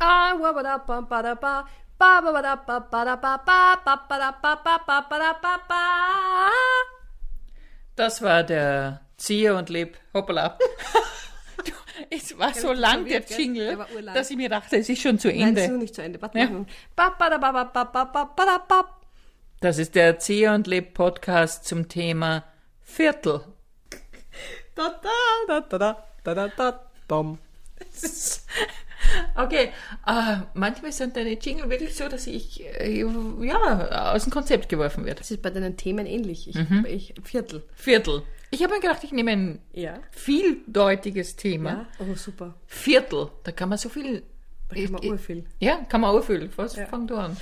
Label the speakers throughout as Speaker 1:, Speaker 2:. Speaker 1: Ah, wabadababadaba, bababadababadaba, babadabababadaba.
Speaker 2: Das war der Ziehe und Leb. Hoppala. Du, es war so
Speaker 1: bin
Speaker 2: lang der
Speaker 1: verwirrt, gell? Der
Speaker 2: Jingle,
Speaker 1: war urlang.
Speaker 2: dass ich mir dachte, es ist schon zu
Speaker 1: Nein, das ist
Speaker 2: Ende.
Speaker 1: noch nicht zu Ende. Warte,
Speaker 2: Ja.
Speaker 1: machen wir. Babadabababababababab.
Speaker 2: Das ist der Ziehe und Leb Podcast zum Thema Viertel.
Speaker 1: Da, da, da, da, da, da, da, da, dam.
Speaker 2: Okay, äh, manchmal sind deine Jingle wirklich so, dass ich äh, ja, aus dem Konzept geworfen werde.
Speaker 1: Das ist bei deinen Themen ähnlich. Ich, ich Viertel.
Speaker 2: Viertel. Ich habe mir gedacht, ich nehme ein
Speaker 1: Ja.
Speaker 2: vieldeutiges Thema.
Speaker 1: ja. Oh, super.
Speaker 2: Viertel. Da kann man so viel.
Speaker 1: Da kann man
Speaker 2: Ich- ich-
Speaker 1: urviel.
Speaker 2: Ja, kann man auffüllen. Was fang du an?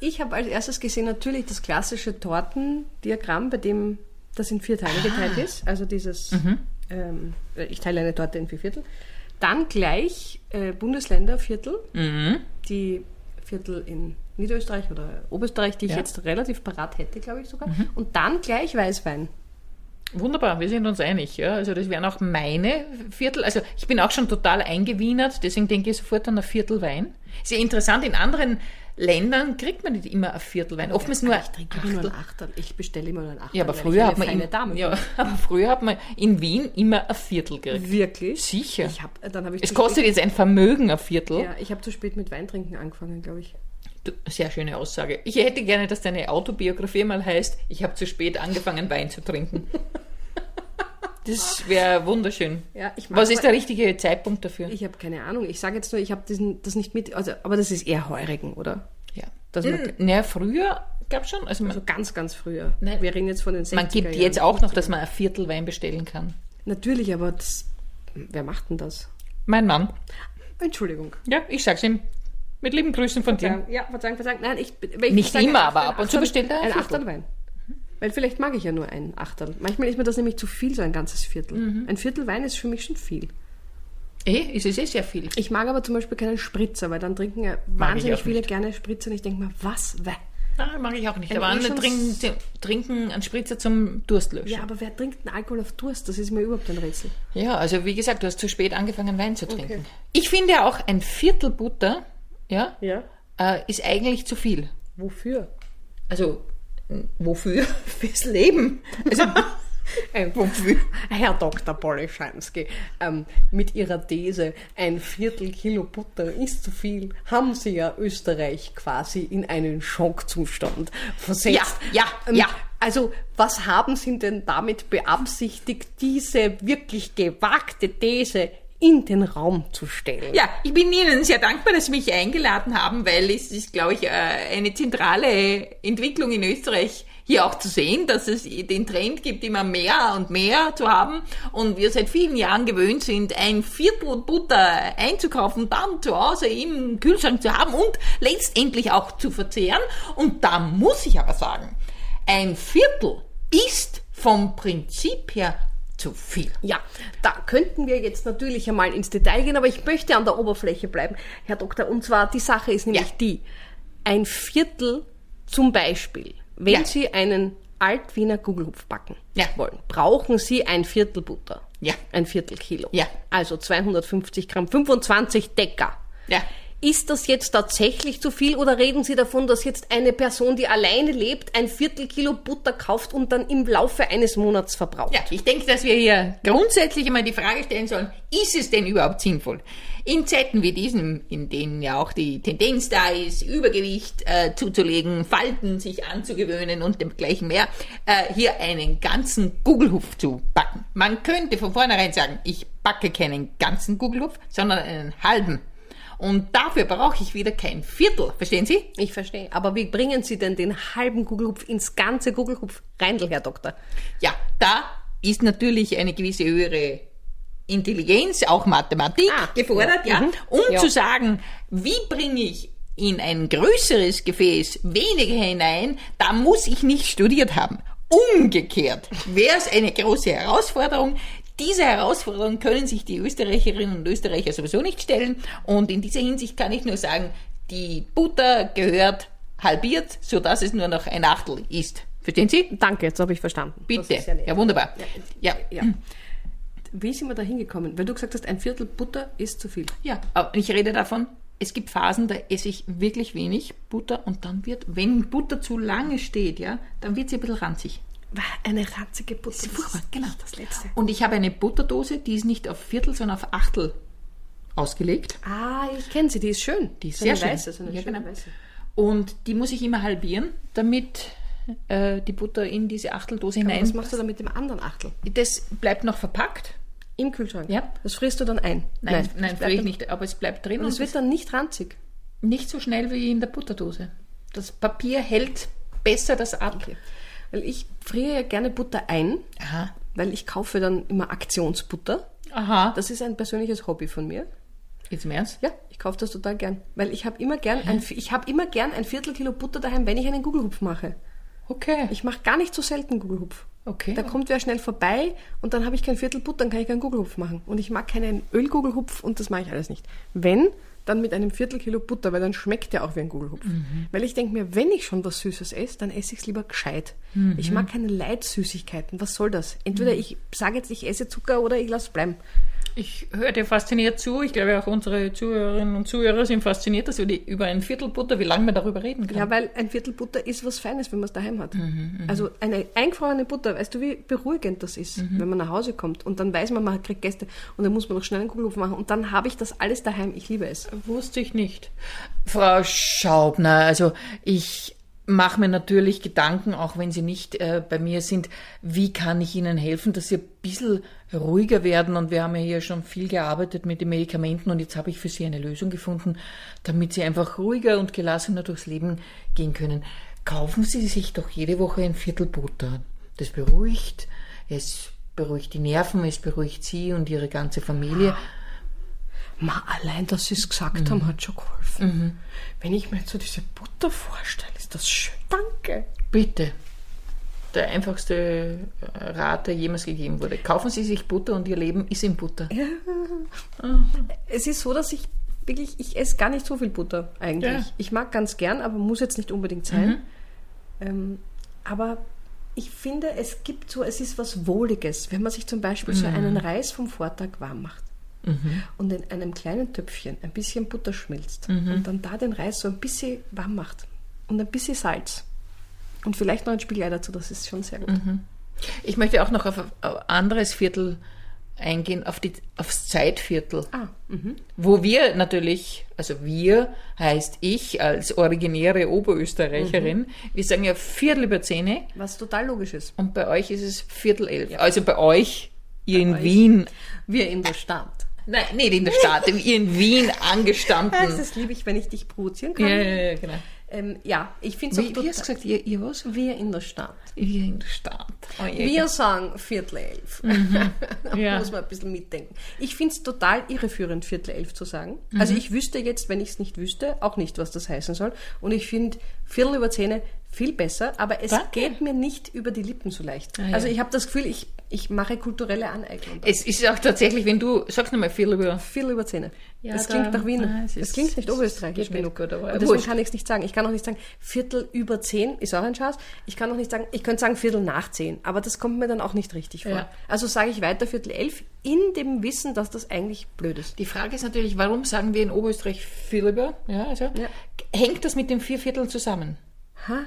Speaker 1: Ich habe als erstes gesehen natürlich das klassische Tortendiagramm, bei dem das in vier Teile geteilt
Speaker 2: Ah.
Speaker 1: ist. Also dieses,
Speaker 2: Mhm.
Speaker 1: ähm, ich teile eine Torte in vier Viertel. Dann gleich äh, Bundesländer Viertel, Mhm. die Viertel in Niederösterreich oder Oberösterreich, die ich
Speaker 2: Ja. Mhm.
Speaker 1: jetzt relativ parat hätte, glaube ich sogar. Und dann gleich Weißwein.
Speaker 2: Wunderbar, wir sind uns einig. Ja? Also das wären auch meine Viertel. Also ich bin auch schon total eingewienert, deswegen denke ich sofort an ein Viertel Wein. Ist ja interessant, in anderen Ländern kriegt man nicht immer ein Viertel Wein. Oftmals nur
Speaker 1: Ah, Ich trinke immer nur einen Achter. Ich bestelle immer nur einen Achter.
Speaker 2: Ja, aber
Speaker 1: weil ich
Speaker 2: früher hat man
Speaker 1: eine
Speaker 2: in,
Speaker 1: feine Dame.
Speaker 2: ja, aber früher hat man in Wien immer ein Viertel gekriegt.
Speaker 1: Wirklich?
Speaker 2: Sicher.
Speaker 1: Ich hab, äh, dann hab ich
Speaker 2: Es
Speaker 1: zu
Speaker 2: kostet
Speaker 1: spät,
Speaker 2: jetzt ein Vermögen ein Viertel.
Speaker 1: ja, ich habe zu spät mit Weintrinken angefangen, glaube ich.
Speaker 2: Du, sehr schöne Aussage. Ich hätte gerne, dass deine Autobiografie mal heißt, ich habe zu spät angefangen, Wein zu trinken. Das wäre wunderschön.
Speaker 1: Ja, ich mag
Speaker 2: Was ist
Speaker 1: mal-
Speaker 2: der richtige Zeitpunkt dafür?
Speaker 1: Ich habe keine Ahnung. Ich sage jetzt nur, ich habe diesen- das nicht mit. Also, aber das ist eher Heurigen, oder?
Speaker 2: ja.
Speaker 1: Das
Speaker 2: Hm, naja, früher gab schon. Also man,
Speaker 1: So ganz, ganz früher.
Speaker 2: Nein.
Speaker 1: Wir reden jetzt von den 60er
Speaker 2: Ne. man gibt
Speaker 1: Jahren.
Speaker 2: jetzt auch noch, dass man ein Viertel Wein bestellen kann.
Speaker 1: Natürlich, aber das, wer macht denn das?
Speaker 2: Mein Mann.
Speaker 1: Entschuldigung.
Speaker 2: Ja, ich sag's ihm. Mit lieben Grüßen von dir.
Speaker 1: Ja, ja verzeihung, verzeihung. Nein, ich, bin- ich
Speaker 2: Nicht
Speaker 1: sage
Speaker 2: immer,
Speaker 1: ein
Speaker 2: aber
Speaker 1: Achtel-
Speaker 2: ab und zu
Speaker 1: Achtel-
Speaker 2: bestellt er ein
Speaker 1: ein
Speaker 2: Viertel.
Speaker 1: Achtelwein. Weil vielleicht mag ich ja nur einen Achtel. Manchmal ist mir das nämlich zu viel, so ein ganzes Viertel.
Speaker 2: Mhm.
Speaker 1: Ein Viertel Wein ist für mich schon viel.
Speaker 2: Eh, es ist eh sehr viel.
Speaker 1: Ich mag aber zum Beispiel keinen Spritzer, weil dann trinken ja
Speaker 2: Mag ich
Speaker 1: wahnsinnig
Speaker 2: auch
Speaker 1: viele
Speaker 2: nicht.
Speaker 1: gerne Spritzer und ich denke mir, was? Weh.
Speaker 2: Ah, mag ich auch nicht.
Speaker 1: Ein
Speaker 2: Aber andere
Speaker 1: Eschens-
Speaker 2: trinken, trinken einen Spritzer zum Durstlöschen.
Speaker 1: Ja, aber wer trinkt einen Alkohol auf Durst? Das ist mir überhaupt ein Rätsel.
Speaker 2: Ja, also wie gesagt, du hast zu spät angefangen, Wein zu trinken. Ich finde ja auch ein Viertel Butter, ja,
Speaker 1: Ja.
Speaker 2: äh, ist eigentlich zu viel.
Speaker 1: Wofür?
Speaker 2: Also n- wofür? Fürs Leben. Also
Speaker 1: Ein,
Speaker 2: wofür?
Speaker 1: Herr Dr. Polischanski, ähm, mit Ihrer These, ein Viertel Kilo Butter ist zu viel, haben Sie ja Österreich quasi in einen Schockzustand versetzt.
Speaker 2: Ja, ja, ja.
Speaker 1: Also, was haben Sie denn damit beabsichtigt, diese wirklich gewagte These in den Raum zu stellen?
Speaker 2: Ja, ich bin Ihnen sehr dankbar, dass Sie mich eingeladen haben, weil es ist, glaube ich, äh, eine zentrale Entwicklung in Österreich hier auch zu sehen, dass es den Trend gibt, immer mehr und mehr zu haben und wir seit vielen Jahren gewöhnt sind, ein Viertel Butter einzukaufen, dann zu Hause im Kühlschrank zu haben und letztendlich auch zu verzehren. Und da muss ich aber sagen, ein Viertel ist vom Prinzip her zu viel.
Speaker 1: Ja, da könnten wir jetzt natürlich einmal ins Detail gehen, aber ich möchte an der Oberfläche bleiben, Herr Doktor. Und zwar, die Sache ist nämlich
Speaker 2: Ja.
Speaker 1: die, ein Viertel zum Beispiel, wenn
Speaker 2: Ja.
Speaker 1: Sie einen Altwiener Gugelhupf backen
Speaker 2: Ja.
Speaker 1: wollen, brauchen Sie ein Viertel Butter.
Speaker 2: Ja.
Speaker 1: Ein Viertel Kilo.
Speaker 2: Ja.
Speaker 1: Also 250 Gramm, 25 Decker.
Speaker 2: Ja.
Speaker 1: Ist das jetzt tatsächlich zu viel oder reden Sie davon, dass jetzt eine Person, die alleine lebt, ein Viertel Kilo Butter kauft und dann im Laufe eines Monats verbraucht?
Speaker 2: Ja, ich denke, dass wir hier grundsätzlich einmal die Frage stellen sollen, ist es denn überhaupt sinnvoll? In Zeiten wie diesen, in denen ja auch die Tendenz da ist, Übergewicht äh, zuzulegen, Falten sich anzugewöhnen und demgleichen mehr, äh, hier einen ganzen Gugelhupf zu backen. Man könnte von vornherein sagen, ich backe keinen ganzen Gugelhupf, sondern einen halben. Und dafür brauche ich wieder kein Viertel, verstehen Sie?
Speaker 1: Ich verstehe. Aber wie bringen Sie denn den halben Gugelhupf ins ganze Gugelhupf? Reindl, Herr Doktor.
Speaker 2: Ja, da ist natürlich eine gewisse höhere Intelligenz, auch Mathematik
Speaker 1: Ah,
Speaker 2: gefordert,
Speaker 1: ja,
Speaker 2: ja,
Speaker 1: mhm.
Speaker 2: um
Speaker 1: Ja.
Speaker 2: zu sagen, wie bringe ich in ein größeres Gefäß weniger hinein, da muss ich nicht studiert haben. Umgekehrt wäre es eine große Herausforderung. Diese Herausforderung können sich die Österreicherinnen und Österreicher sowieso nicht stellen. Und in dieser Hinsicht kann ich nur sagen, die Butter gehört halbiert, sodass es nur noch ein Achtel ist. Verstehen Sie?
Speaker 1: Danke, jetzt habe ich verstanden.
Speaker 2: Bitte.
Speaker 1: Das ist ja nett.
Speaker 2: ja, wunderbar. Ja.
Speaker 1: Ja. Wie sind wir da hingekommen? Weil du gesagt hast, ein Viertel Butter ist zu viel.
Speaker 2: Ja, aber ich rede davon, es gibt Phasen, da esse ich wirklich wenig Butter und dann wird, wenn Butter zu lange steht, ja, dann wird sie ein bisschen ranzig.
Speaker 1: Eine ranzige Butter. Das
Speaker 2: ist furchtbar, genau.
Speaker 1: Das letzte.
Speaker 2: Und ich habe eine Butterdose, die ist nicht auf Viertel, sondern auf Achtel ausgelegt.
Speaker 1: Ah, ich kenne sie, die ist schön.
Speaker 2: Die ist
Speaker 1: so
Speaker 2: sehr
Speaker 1: eine
Speaker 2: schön.
Speaker 1: weiße, so eine
Speaker 2: Ja,
Speaker 1: schöne
Speaker 2: genau.
Speaker 1: weiße.
Speaker 2: Und die muss ich immer halbieren, damit äh, die Butter in diese Achteldose
Speaker 1: Aber was
Speaker 2: hinein.
Speaker 1: machst du dann mit dem anderen Achtel?
Speaker 2: Das bleibt noch verpackt.
Speaker 1: Im Kühlschrank?
Speaker 2: Ja.
Speaker 1: Das frierst du dann ein?
Speaker 2: Nein, nein,
Speaker 1: das bleibt
Speaker 2: friere ich
Speaker 1: dann-
Speaker 2: nicht, aber es bleibt drin
Speaker 1: Und es
Speaker 2: und
Speaker 1: wird dann nicht ranzig.
Speaker 2: nicht so schnell wie in der Butterdose. Das Papier hält besser das ab.
Speaker 1: Weil ich friere ja gerne Butter ein,
Speaker 2: Aha.
Speaker 1: weil ich kaufe dann immer Aktionsbutter.
Speaker 2: Aha.
Speaker 1: Das ist ein persönliches Hobby von mir.
Speaker 2: Jetzt im Ernst?
Speaker 1: Ja, ich kaufe das total gern, weil ich habe immer gern ein ich habe immer gern ein Viertel Kilo Butter daheim, wenn ich einen Gugelhupf mache.
Speaker 2: Okay.
Speaker 1: Ich mache gar nicht so selten Gugelhupf.
Speaker 2: okay.
Speaker 1: Da kommt wer schnell vorbei und dann habe ich kein Viertel Butter, dann kann ich keinen Gugelhupf machen. Und ich mag keinen Ölgugelhupf und das mache ich alles nicht. Wenn, dann mit einem Viertel Kilo Butter, weil dann schmeckt der auch wie ein Gugelhupf. Weil ich denke mir, wenn ich schon was Süßes esse, dann esse ich es lieber gescheit. Ich mag keine Leitsüßigkeiten. Was soll das? Entweder ich sage jetzt, ich esse Zucker oder ich lasse es bleiben.
Speaker 2: Ich höre dir fasziniert zu. Ich glaube, auch unsere Zuhörerinnen und Zuhörer sind fasziniert, dass wir die, über ein Viertel Butter, wie lange man darüber reden kann.
Speaker 1: Ja, weil ein Viertel Butter ist was Feines, wenn man es daheim hat. also eine eingefrorene Butter, weißt du, wie beruhigend das ist, wenn man nach Hause kommt und dann weiß man, man kriegt Gäste und dann muss man noch schnell einen Kugelhof machen und dann habe ich das alles daheim. Ich liebe es.
Speaker 2: Wusste ich nicht. Frau Schaubner, also ich mache mir natürlich Gedanken, auch wenn Sie nicht äh, bei mir sind, wie kann ich Ihnen helfen, dass Sie ein bisschen ruhiger werden. Und wir haben ja hier schon viel gearbeitet mit den Medikamenten und jetzt habe ich für Sie eine Lösung gefunden, damit Sie einfach ruhiger und gelassener durchs Leben gehen können. Kaufen Sie sich doch jede Woche ein Viertel Butter. Das beruhigt, es beruhigt die Nerven, es beruhigt Sie und Ihre ganze Familie.
Speaker 1: Ma, allein, dass sie es gesagt haben, hat schon geholfen. Wenn ich mir jetzt so diese Butter vorstelle, ist das schön. Danke.
Speaker 2: Bitte. Der einfachste äh, Rat, der jemals gegeben wurde. Kaufen Sie sich Butter und Ihr Leben ist in Butter.
Speaker 1: Es ist so, dass ich wirklich, ich esse gar nicht so viel Butter eigentlich.
Speaker 2: Ja.
Speaker 1: Ich mag ganz gern, aber muss jetzt nicht unbedingt sein.
Speaker 2: Mhm.
Speaker 1: Ähm, aber ich finde, es gibt so, es ist was Wohliges, wenn man sich zum Beispiel
Speaker 2: Mhm.
Speaker 1: so einen Reis vom Vortag warm macht. Und in einem kleinen Töpfchen ein bisschen Butter schmilzt
Speaker 2: Mhm.
Speaker 1: und dann da den Reis so ein bisschen warm macht und ein bisschen Salz und vielleicht noch ein Spiegelei dazu, das ist schon sehr gut.
Speaker 2: Mhm. Ich möchte auch noch auf ein anderes Viertel eingehen, auf die, aufs Zeitviertel.
Speaker 1: Ah, mhm.
Speaker 2: Wo wir natürlich, also wir heißt ich als originäre Oberösterreicherin,
Speaker 1: Mhm.
Speaker 2: wir sagen ja Viertel über Zehn
Speaker 1: was total logisch ist.
Speaker 2: und bei euch ist es Viertel elf. Also bei euch, ihr in
Speaker 1: euch.
Speaker 2: Wien,
Speaker 1: Wir in der Stadt.
Speaker 2: nein, nicht in der Stadt, ihr in Wien angestammten.
Speaker 1: Das liebe ich, wenn ich dich provozieren
Speaker 2: Ja,
Speaker 1: kann.
Speaker 2: ja, ja, genau.
Speaker 1: Ähm, ja, ich finde es auch
Speaker 2: Wie, wie
Speaker 1: total...
Speaker 2: hast du gesagt, ihr, ihr was?
Speaker 1: Wir in der Stadt.
Speaker 2: Wir in der Stadt. Oh, je.
Speaker 1: Wir sagen Viertel elf. da
Speaker 2: Mhm. ja.
Speaker 1: muss man ein bisschen mitdenken. Ich finde es total irreführend, Viertel elf zu sagen.
Speaker 2: Mhm.
Speaker 1: Also ich wüsste jetzt, wenn ich es nicht wüsste, auch nicht, was das heißen soll. Und ich finde Viertel über Zähne viel besser, aber es
Speaker 2: Danke.
Speaker 1: geht mir nicht über die Lippen so leicht.
Speaker 2: Ah, ja.
Speaker 1: Also ich habe das Gefühl, ich, ich mache kulturelle Aneignung.
Speaker 2: Es ist auch tatsächlich, wenn du, sagst nochmal viel über.
Speaker 1: Viertel über Zähne.
Speaker 2: Ja,
Speaker 1: das
Speaker 2: da-
Speaker 1: klingt nach Wien.
Speaker 2: na, es
Speaker 1: das
Speaker 2: ist-
Speaker 1: klingt nicht
Speaker 2: es
Speaker 1: oberösterreichisch
Speaker 2: geht nicht
Speaker 1: genug.
Speaker 2: gut, aber
Speaker 1: Und deswegen
Speaker 2: wurscht.
Speaker 1: kann ich es nicht sagen. Ich kann auch nicht sagen, Viertel über zehn ist auch ein Schatz. Ich kann auch nicht sagen, ich könnte sagen Viertel nach zehn, aber das kommt mir dann auch nicht richtig vor.
Speaker 2: Ja.
Speaker 1: Also sage ich weiter Viertel elf in dem Wissen, dass das eigentlich blöd ist.
Speaker 2: Die Frage ist natürlich, warum sagen wir in Oberösterreich viel über? Ja, also,
Speaker 1: Ja.
Speaker 2: Hängt das mit den vier Vierteln zusammen?
Speaker 1: Ha?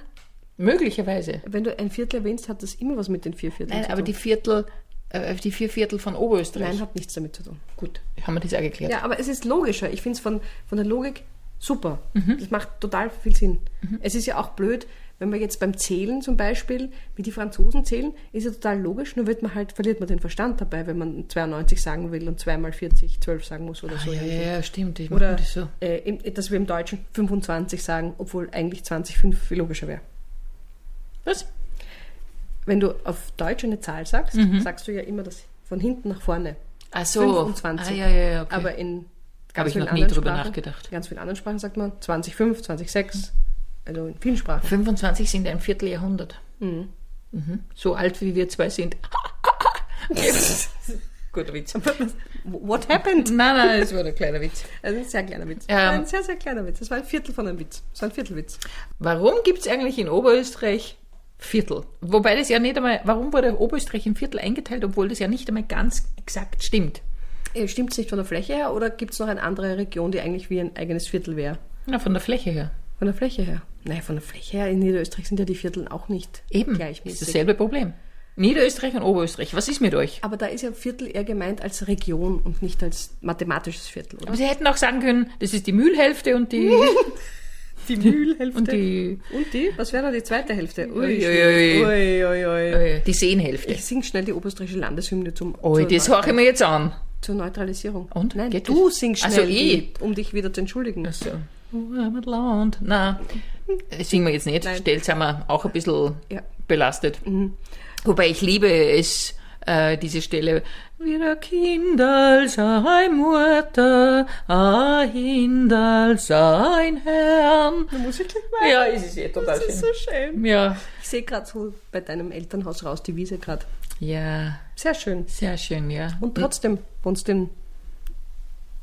Speaker 2: Möglicherweise.
Speaker 1: Wenn du ein Viertel erwähnst, hat das immer was mit den vier Vierteln
Speaker 2: Nein,
Speaker 1: zu
Speaker 2: aber
Speaker 1: tun.
Speaker 2: die Viertel, äh, die vier Viertel von Oberösterreich.
Speaker 1: Nein, hat nichts damit zu tun.
Speaker 2: Gut, haben wir das auch geklärt.
Speaker 1: Ja, aber es ist logischer. Ich finde es von, von der Logik super.
Speaker 2: Mhm.
Speaker 1: Das macht total viel Sinn. Es ist ja auch blöd, wenn wir jetzt beim Zählen zum Beispiel, wie die Franzosen zählen, ist ja total logisch, nur wird man halt, verliert man den Verstand dabei, wenn man 92 sagen will und zweimal 40, 12 sagen muss oder
Speaker 2: Ah,
Speaker 1: so.
Speaker 2: ja,
Speaker 1: irgendwie.
Speaker 2: ja, ja, stimmt. Ich mache
Speaker 1: Oder
Speaker 2: das so.
Speaker 1: äh, im, dass wir im Deutschen 25 sagen, obwohl eigentlich 20, 5 viel logischer wäre.
Speaker 2: Was?
Speaker 1: Wenn du auf Deutsch eine Zahl sagst,
Speaker 2: Mhm.
Speaker 1: sagst du ja immer das von hinten nach vorne.
Speaker 2: Ach so.
Speaker 1: 25.
Speaker 2: Ah, ja, ja, ja, okay.
Speaker 1: Aber in
Speaker 2: Habe ich
Speaker 1: vielen
Speaker 2: noch nie
Speaker 1: anderen
Speaker 2: drüber
Speaker 1: Sprachen-
Speaker 2: nachgedacht.
Speaker 1: in Ganz vielen anderen Sprachen sagt man 20,5, 20,6. Also in vielen Sprachen.
Speaker 2: 25 sind ein Vierteljahrhundert. Mhm. So alt wie wir zwei sind. Guter Witz.
Speaker 1: What happened?
Speaker 2: Nein, nein, es war ein kleiner Witz.
Speaker 1: Also ein sehr kleiner Witz.
Speaker 2: Ja.
Speaker 1: Ein sehr, sehr kleiner Witz. Das war ein Viertel von einem Witz. Das war ein Viertelwitz.
Speaker 2: Warum gibt es eigentlich in Oberösterreich Viertel? Wobei das ja nicht einmal, warum wurde Oberösterreich in Viertel eingeteilt, obwohl das ja nicht einmal ganz exakt stimmt?
Speaker 1: Stimmt es Äh, nicht von der Fläche her oder gibt es noch eine andere Region, die eigentlich wie ein eigenes Viertel wäre?
Speaker 2: Na, von der Fläche her.
Speaker 1: Von der Fläche her? Nein, von der Fläche her in Niederösterreich sind ja die Viertel auch nicht
Speaker 2: Eben. Ist
Speaker 1: gleichmäßig.
Speaker 2: dasselbe Problem. Niederösterreich und Oberösterreich. Was ist mit euch?
Speaker 1: Aber da ist ja Viertel eher gemeint als Region und nicht als mathematisches Viertel, oder?
Speaker 2: Aber sie hätten auch sagen können, das ist die Mühlhälfte und die,
Speaker 1: Die Mühlhälfte.
Speaker 2: und die,
Speaker 1: Und die? Was wäre da die zweite Hälfte?
Speaker 2: Ui,
Speaker 1: schwierig. ui, ui.
Speaker 2: äh, die Seenhälfte.
Speaker 1: Ich singe schnell die oberösterreichische Landeshymne zum
Speaker 2: Ui,
Speaker 1: zur,
Speaker 2: das höre ich mir jetzt an.
Speaker 1: zur Neutralisierung.
Speaker 2: Und?
Speaker 1: Nein,
Speaker 2: Geht
Speaker 1: du
Speaker 2: das?
Speaker 1: singst
Speaker 2: Ach
Speaker 1: schnell,
Speaker 2: so, eh.
Speaker 1: die, um dich wieder zu entschuldigen.
Speaker 2: Also, Land. Na, das singen wir jetzt nicht.
Speaker 1: Nein.
Speaker 2: Stellt sind wir auch ein bisschen
Speaker 1: Ja. Mhm.
Speaker 2: belastet. Wobei ich liebe es, äh, diese Stelle. Wir ein Kind als ein Mutter, ein Kind als ein Herrn.
Speaker 1: Da muss ich gleich
Speaker 2: Ja, es ist eh total schön.
Speaker 1: schön.
Speaker 2: ja.
Speaker 1: Ich sehe gerade so bei deinem Elternhaus raus, die Wiese gerade.
Speaker 2: ja,
Speaker 1: Sehr schön.
Speaker 2: sehr schön, ja.
Speaker 1: Und trotzdem wohnst du in,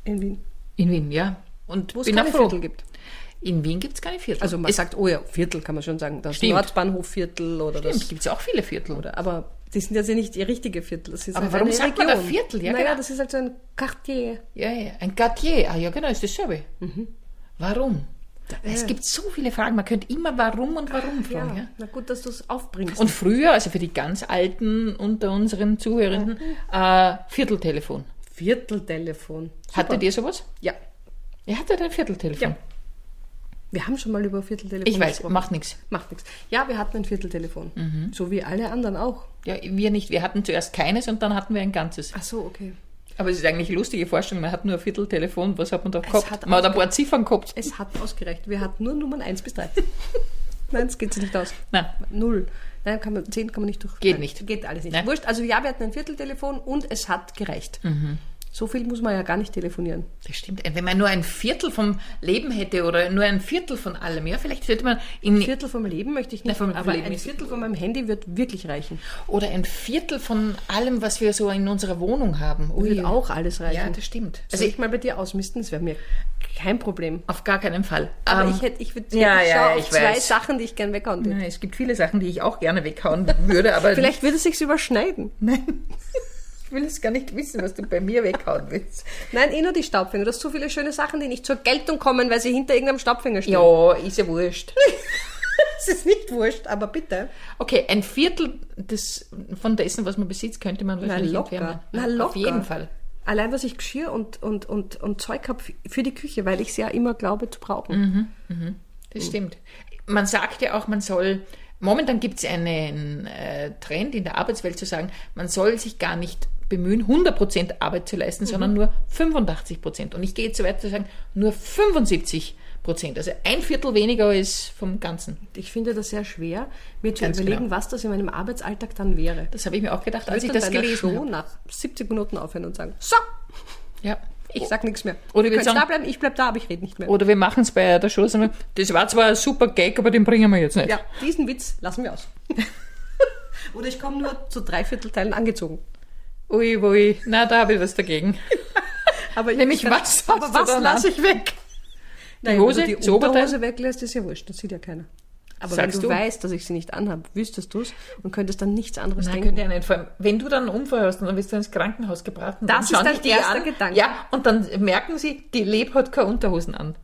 Speaker 1: in Wien,
Speaker 2: In Wien, ja. Und
Speaker 1: wo es
Speaker 2: bin auch
Speaker 1: keine
Speaker 2: froh.
Speaker 1: Viertel gibt.
Speaker 2: In Wien gibt es keine Viertel.
Speaker 1: Also man
Speaker 2: es
Speaker 1: sagt, oh ja, Viertel kann man schon sagen. Das
Speaker 2: Stimmt.
Speaker 1: Nordbahnhofviertel oder das.
Speaker 2: gibt es auch viele Viertel, oder?
Speaker 1: Aber die sind ja sehr nicht die richtige Viertel. Das ist
Speaker 2: Aber
Speaker 1: halt
Speaker 2: warum
Speaker 1: eine
Speaker 2: sagt man
Speaker 1: Region.
Speaker 2: da Viertel? Ja,
Speaker 1: naja,
Speaker 2: genau.
Speaker 1: das ist halt so ein Quartier.
Speaker 2: Ja, ja, ein Quartier. Ah ja, genau, ist dasselbe. Warum? Es gibt so viele Fragen. Man könnte immer warum und warum fragen. äh. Ah, Ja.
Speaker 1: na gut, dass du es aufbringst.
Speaker 2: Und früher, also für die ganz Alten unter unseren Zuhörenden, äh, Vierteltelefon.
Speaker 1: Vierteltelefon.
Speaker 2: Hattet ihr sowas?
Speaker 1: Ja.
Speaker 2: Ihr hattet ein Vierteltelefon.
Speaker 1: Ja. Wir haben schon mal über Vierteltelefon
Speaker 2: ich weiß, Mhm.
Speaker 1: gesprochen.
Speaker 2: macht nichts.
Speaker 1: Macht nichts. Ja, wir hatten ein Vierteltelefon. So wie alle anderen auch.
Speaker 2: Ja, wir nicht. Wir hatten zuerst keines und dann hatten wir ein ganzes.
Speaker 1: Ach so, okay.
Speaker 2: Aber es ist eigentlich eine lustige Vorstellung. Man hat nur ein Vierteltelefon. Was hat man da gehabt?
Speaker 1: hat
Speaker 2: man hat ein paar Ziffern gehabt.
Speaker 1: Es hat ausgereicht. Wir hatten nur Nummern 1 bis 3. Nein, es geht sich nicht aus.
Speaker 2: Nein.
Speaker 1: Null. Nein, kann man, 10 kann man nicht durch.
Speaker 2: Geht
Speaker 1: Nein,
Speaker 2: nicht.
Speaker 1: Geht alles nicht.
Speaker 2: Nein.
Speaker 1: Wurscht. Also ja, wir hatten ein Vierteltelefon und es hat gereicht.
Speaker 2: Mhm.
Speaker 1: So viel muss man ja gar nicht telefonieren.
Speaker 2: Das stimmt. Wenn man nur ein Viertel vom Leben hätte oder nur ein Viertel von allem, ja, vielleicht würde man
Speaker 1: Ein
Speaker 2: in
Speaker 1: Viertel vom Leben möchte ich
Speaker 2: Nein,
Speaker 1: nicht,
Speaker 2: vom
Speaker 1: aber
Speaker 2: Leben
Speaker 1: ein
Speaker 2: ist-
Speaker 1: Viertel von meinem Handy wird wirklich reichen.
Speaker 2: oder ein Viertel von allem, was wir so in unserer Wohnung haben. Ui.
Speaker 1: Wird auch alles reichen.
Speaker 2: Ja, das stimmt.
Speaker 1: Also
Speaker 2: Also
Speaker 1: ich mal bei dir ausmisten, das wäre mir kein Problem.
Speaker 2: auf gar keinen Fall.
Speaker 1: Aber
Speaker 2: Ähm,
Speaker 1: ich hätte, ich würde,
Speaker 2: ja,
Speaker 1: ich
Speaker 2: ja,
Speaker 1: schaue
Speaker 2: ja,
Speaker 1: auf
Speaker 2: ich
Speaker 1: zwei
Speaker 2: weiß.
Speaker 1: Sachen, die ich gern weghauen würde.
Speaker 2: Nein, es gibt viele Sachen, die ich auch gerne weghauen würde, aber
Speaker 1: Vielleicht würde es sich überschneiden.
Speaker 2: nein. Ich will es gar nicht wissen, was du bei mir weghauen willst.
Speaker 1: Nein, eh nur die Staubfänger. Du hast so viele schöne Sachen, die nicht zur Geltung kommen, weil sie hinter irgendeinem Staubfänger stehen.
Speaker 2: Ja, ist ja wurscht.
Speaker 1: das ist nicht wurscht, aber bitte.
Speaker 2: Okay, ein Viertel des, von dessen, was man besitzt, könnte man wahrscheinlich
Speaker 1: locker.
Speaker 2: entfernen.
Speaker 1: Na, locker.
Speaker 2: Auf jeden Fall.
Speaker 1: Allein was ich Geschirr und, und, und, und Zeug habe für die Küche, weil ich es ja immer glaube zu brauchen.
Speaker 2: Mhm.
Speaker 1: Hm.
Speaker 2: Das stimmt. Man sagt ja auch, man soll, momentan gibt es einen äh, Trend in der Arbeitswelt zu sagen, man soll sich gar nicht bemühen, 100% Arbeit zu
Speaker 1: Mhm.
Speaker 2: leisten, sondern nur 85%. Und ich gehe jetzt so weit zu sagen, nur 75%. Also ein Viertel weniger ist vom Ganzen.
Speaker 1: Ich finde das sehr schwer, mir zu
Speaker 2: Ganz
Speaker 1: überlegen,
Speaker 2: genau.
Speaker 1: was das in meinem Arbeitsalltag dann wäre.
Speaker 2: Das habe ich mir auch gedacht, als ich
Speaker 1: würde
Speaker 2: das
Speaker 1: dann bei einer
Speaker 2: gelesen
Speaker 1: Show
Speaker 2: habe.
Speaker 1: nach 70 Minuten aufhören und sagen, so,
Speaker 2: Ja.
Speaker 1: ich sag nichts mehr.
Speaker 2: Oder wir
Speaker 1: Ihr könnt
Speaker 2: sagen-
Speaker 1: da bleiben, ich bleib da, aber ich rede nicht mehr.
Speaker 2: Oder wir machen es bei der Show, sagen wir, das war zwar ein super Gag, aber den bringen wir jetzt nicht.
Speaker 1: Ja, diesen Witz lassen wir aus. Oder ich komme nur zu Dreiviertelteilen angezogen.
Speaker 2: Ui, ui, na, da habe ich was dagegen.
Speaker 1: Aber ich-
Speaker 2: Nämlich
Speaker 1: ich kann-
Speaker 2: was
Speaker 1: Aber
Speaker 2: hast du
Speaker 1: was
Speaker 2: dann
Speaker 1: lasse
Speaker 2: an?
Speaker 1: ich weg? Nein,
Speaker 2: Hose?
Speaker 1: wenn du
Speaker 2: Das
Speaker 1: die Unterhose
Speaker 2: Oberteil?
Speaker 1: weglässt, ist ja wurscht, das sieht ja keiner. Aber
Speaker 2: Sagst
Speaker 1: wenn du,
Speaker 2: du?
Speaker 1: weißt, dass ich sie nicht anhabe, wüsstest du es und könntest dann nichts anderes
Speaker 2: Nein,
Speaker 1: denken.
Speaker 2: könnte ja nicht. Vor allem, wenn du dann einen Unfall hast und dann wirst du ins Krankenhaus gebracht und
Speaker 1: Das
Speaker 2: dann
Speaker 1: ist
Speaker 2: schauen
Speaker 1: dein
Speaker 2: dich die
Speaker 1: erster
Speaker 2: an,
Speaker 1: Gedanke.
Speaker 2: Ja, und dann merken sie, die Leb hat keine Unterhosen an.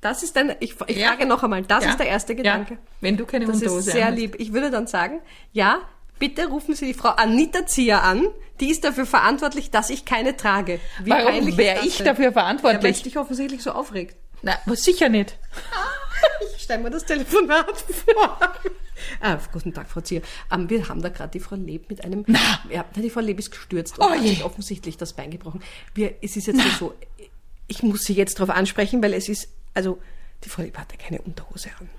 Speaker 1: Das ist dann, ich, ich
Speaker 2: Ja.
Speaker 1: frage noch einmal, das
Speaker 2: Ja.
Speaker 1: ist der erste
Speaker 2: Ja,
Speaker 1: Gedanke.
Speaker 2: wenn du keine
Speaker 1: Das ist
Speaker 2: Unterhose
Speaker 1: sehr
Speaker 2: anhast.
Speaker 1: lieb. Ich würde dann sagen, ja, bitte rufen Sie die Frau Anita Zier an. Die ist dafür verantwortlich, dass ich keine trage. Wie peinlich
Speaker 2: Warum
Speaker 1: ist
Speaker 2: wäre
Speaker 1: das
Speaker 2: ich
Speaker 1: denn?
Speaker 2: dafür
Speaker 1: Ja, weil es
Speaker 2: verantwortlich?
Speaker 1: dich offensichtlich so aufregt.
Speaker 2: Na, was sicher nicht.
Speaker 1: Ich stelle mir das Telefonat vor. Ah, guten Tag, Frau Zier. Ähm, wir haben da gerade die Frau Leb mit einem. Na. Ja, na, die Frau Leb ist gestürzt und
Speaker 2: Oh
Speaker 1: hat
Speaker 2: je.
Speaker 1: sich offensichtlich das Bein gebrochen. Wir, es ist jetzt so, ich muss sie jetzt darauf ansprechen, weil es ist, also die Frau Leb hatte keine Unterhose an.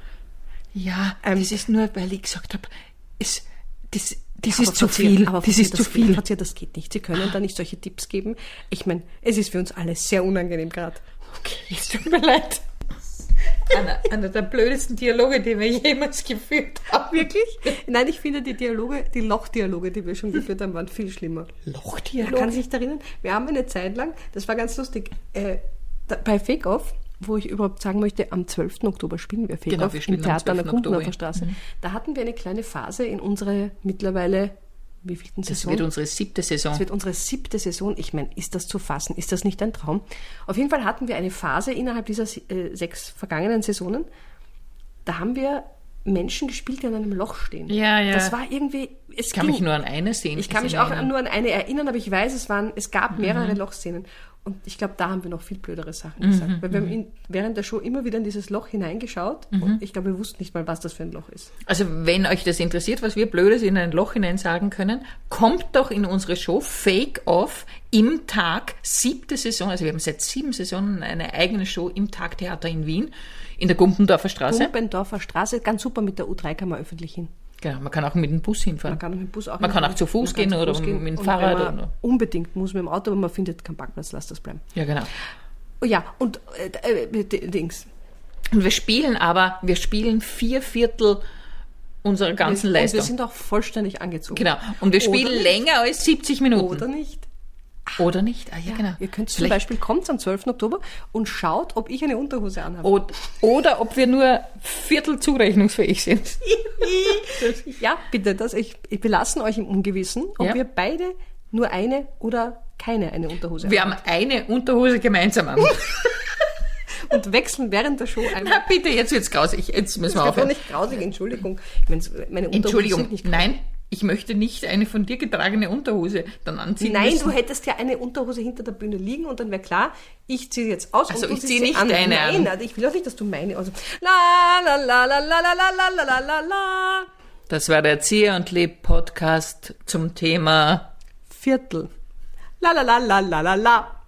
Speaker 2: Ja,
Speaker 1: Ähm,
Speaker 2: das ist nur, weil ich gesagt habe, es- das, das
Speaker 1: Aber
Speaker 2: ist zu
Speaker 1: Frau Zier,
Speaker 2: viel.
Speaker 1: aber Frau
Speaker 2: Das
Speaker 1: Zier,
Speaker 2: ist zu
Speaker 1: geht-
Speaker 2: viel.
Speaker 1: Frau Zier, das geht nicht. Sie können da nicht solche Tipps geben. Ich meine, es ist für uns alle sehr unangenehm gerade.
Speaker 2: Okay, es tut mir leid. Einer, einer der blödesten Dialoge, den wir jemals geführt haben.
Speaker 1: Wirklich? Nein, ich finde die Dialoge, die Lochdialoge, die wir schon geführt haben, waren viel schlimmer.
Speaker 2: Lochdialog?
Speaker 1: Man kann sich da erinnern, wir haben eine Zeit lang, das war ganz lustig, äh, da, bei Fake Off, wo ich überhaupt sagen möchte, am 12. Oktober spielen wir Fake
Speaker 2: Genau,
Speaker 1: Off
Speaker 2: wir spielen
Speaker 1: im
Speaker 2: am
Speaker 1: Theater an der
Speaker 2: 12. Oktober, Mhm.
Speaker 1: Kumpendorfer Straße. Da hatten wir eine kleine Phase in unsere mittlerweile wie vielten
Speaker 2: Das
Speaker 1: Saison?
Speaker 2: wird unsere siebte Saison.
Speaker 1: Das wird unsere siebte Saison. Ich meine, ist das zu fassen? Ist das nicht ein Traum? Auf jeden Fall hatten wir eine Phase innerhalb dieser äh, sechs vergangenen Saisonen. Da haben wir Menschen gespielt, die an einem Loch stehen.
Speaker 2: Ja, ja.
Speaker 1: Das war irgendwie. Es
Speaker 2: Ich kann
Speaker 1: ging.
Speaker 2: mich nur an eine sehen.
Speaker 1: ich kann mich auch nur an eine erinnern, aber ich weiß, es waren, es
Speaker 2: Mhm.
Speaker 1: gab mehrere Lochszenen. Und ich glaube, da haben wir noch viel blödere Sachen
Speaker 2: Mhm,
Speaker 1: gesagt. Weil wir haben in, während der Show immer wieder in dieses Loch hineingeschaut
Speaker 2: Mhm.
Speaker 1: und ich glaube, wir wussten nicht mal, was das für ein Loch ist.
Speaker 2: Also wenn euch das interessiert, was wir Blödes in ein Loch hinein sagen können, kommt doch in unsere Show Fake Off im Tag, siebte Saison, also wir haben seit sieben Saisonen eine eigene Show im Tagtheater in Wien, in der Gumpendorfer Straße.
Speaker 1: Bubendorfer Straße, ganz super mit der U3 kann man öffentlich hin.
Speaker 2: Genau, man kann auch mit dem Bus hinfahren.
Speaker 1: Man kann auch mit dem Bus auch
Speaker 2: Man kann auch zu Fuß gehen oder mit dem Fahrrad
Speaker 1: Oder
Speaker 2: oder-
Speaker 1: unbedingt muss mit dem Auto, aber man findet keinen Parkplatz, lass das bleiben.
Speaker 2: Ja, genau.
Speaker 1: Oh ja, und äh, äh, d- Dings.
Speaker 2: Und wir spielen aber, wir spielen vier Viertel unserer ganzen
Speaker 1: und
Speaker 2: Leistung.
Speaker 1: wir sind auch vollständig angezogen.
Speaker 2: genau. Und wir
Speaker 1: Oder
Speaker 2: spielen
Speaker 1: nicht.
Speaker 2: länger als 70 Minuten.
Speaker 1: Oder nicht?
Speaker 2: Oder nicht? Ah, ja, genau.
Speaker 1: Ihr könnt zum
Speaker 2: Vielleicht-
Speaker 1: Beispiel, kommt am 12. Oktober und schaut, ob ich eine Unterhose anhabe.
Speaker 2: Oder, oder ob wir nur viertel zurechnungsfähig sind.
Speaker 1: Ja, bitte, das, ich, ich belassen euch im Ungewissen, ob
Speaker 2: Ja.
Speaker 1: wir beide nur eine oder keine eine Unterhose
Speaker 2: Wir haben eine Unterhose gemeinsam an.
Speaker 1: haben. Und wechseln während der Show einmal.
Speaker 2: Na bitte, jetzt wird's grausig. Jetzt müssen wir
Speaker 1: Das ist
Speaker 2: aufhören.
Speaker 1: nicht grausig, Entschuldigung. Ich meine, meine Unterhosen
Speaker 2: Entschuldigung,
Speaker 1: sind nicht
Speaker 2: nein, ich möchte nicht eine von dir getragene Unterhose dann anziehen
Speaker 1: Nein,
Speaker 2: müssen.
Speaker 1: du hättest ja eine Unterhose hinter der Bühne liegen und dann wäre klar, ich ziehe jetzt aus
Speaker 2: Also
Speaker 1: und du
Speaker 2: ich
Speaker 1: ziehst
Speaker 2: zieh
Speaker 1: sie
Speaker 2: nicht
Speaker 1: an.
Speaker 2: deine
Speaker 1: Nein,
Speaker 2: an.
Speaker 1: also ich will auch nicht, dass du meine also la la la la la la la la la la la
Speaker 2: Das war der Zieh und Leb Podcast zum Thema
Speaker 1: Viertel. La la la la la la la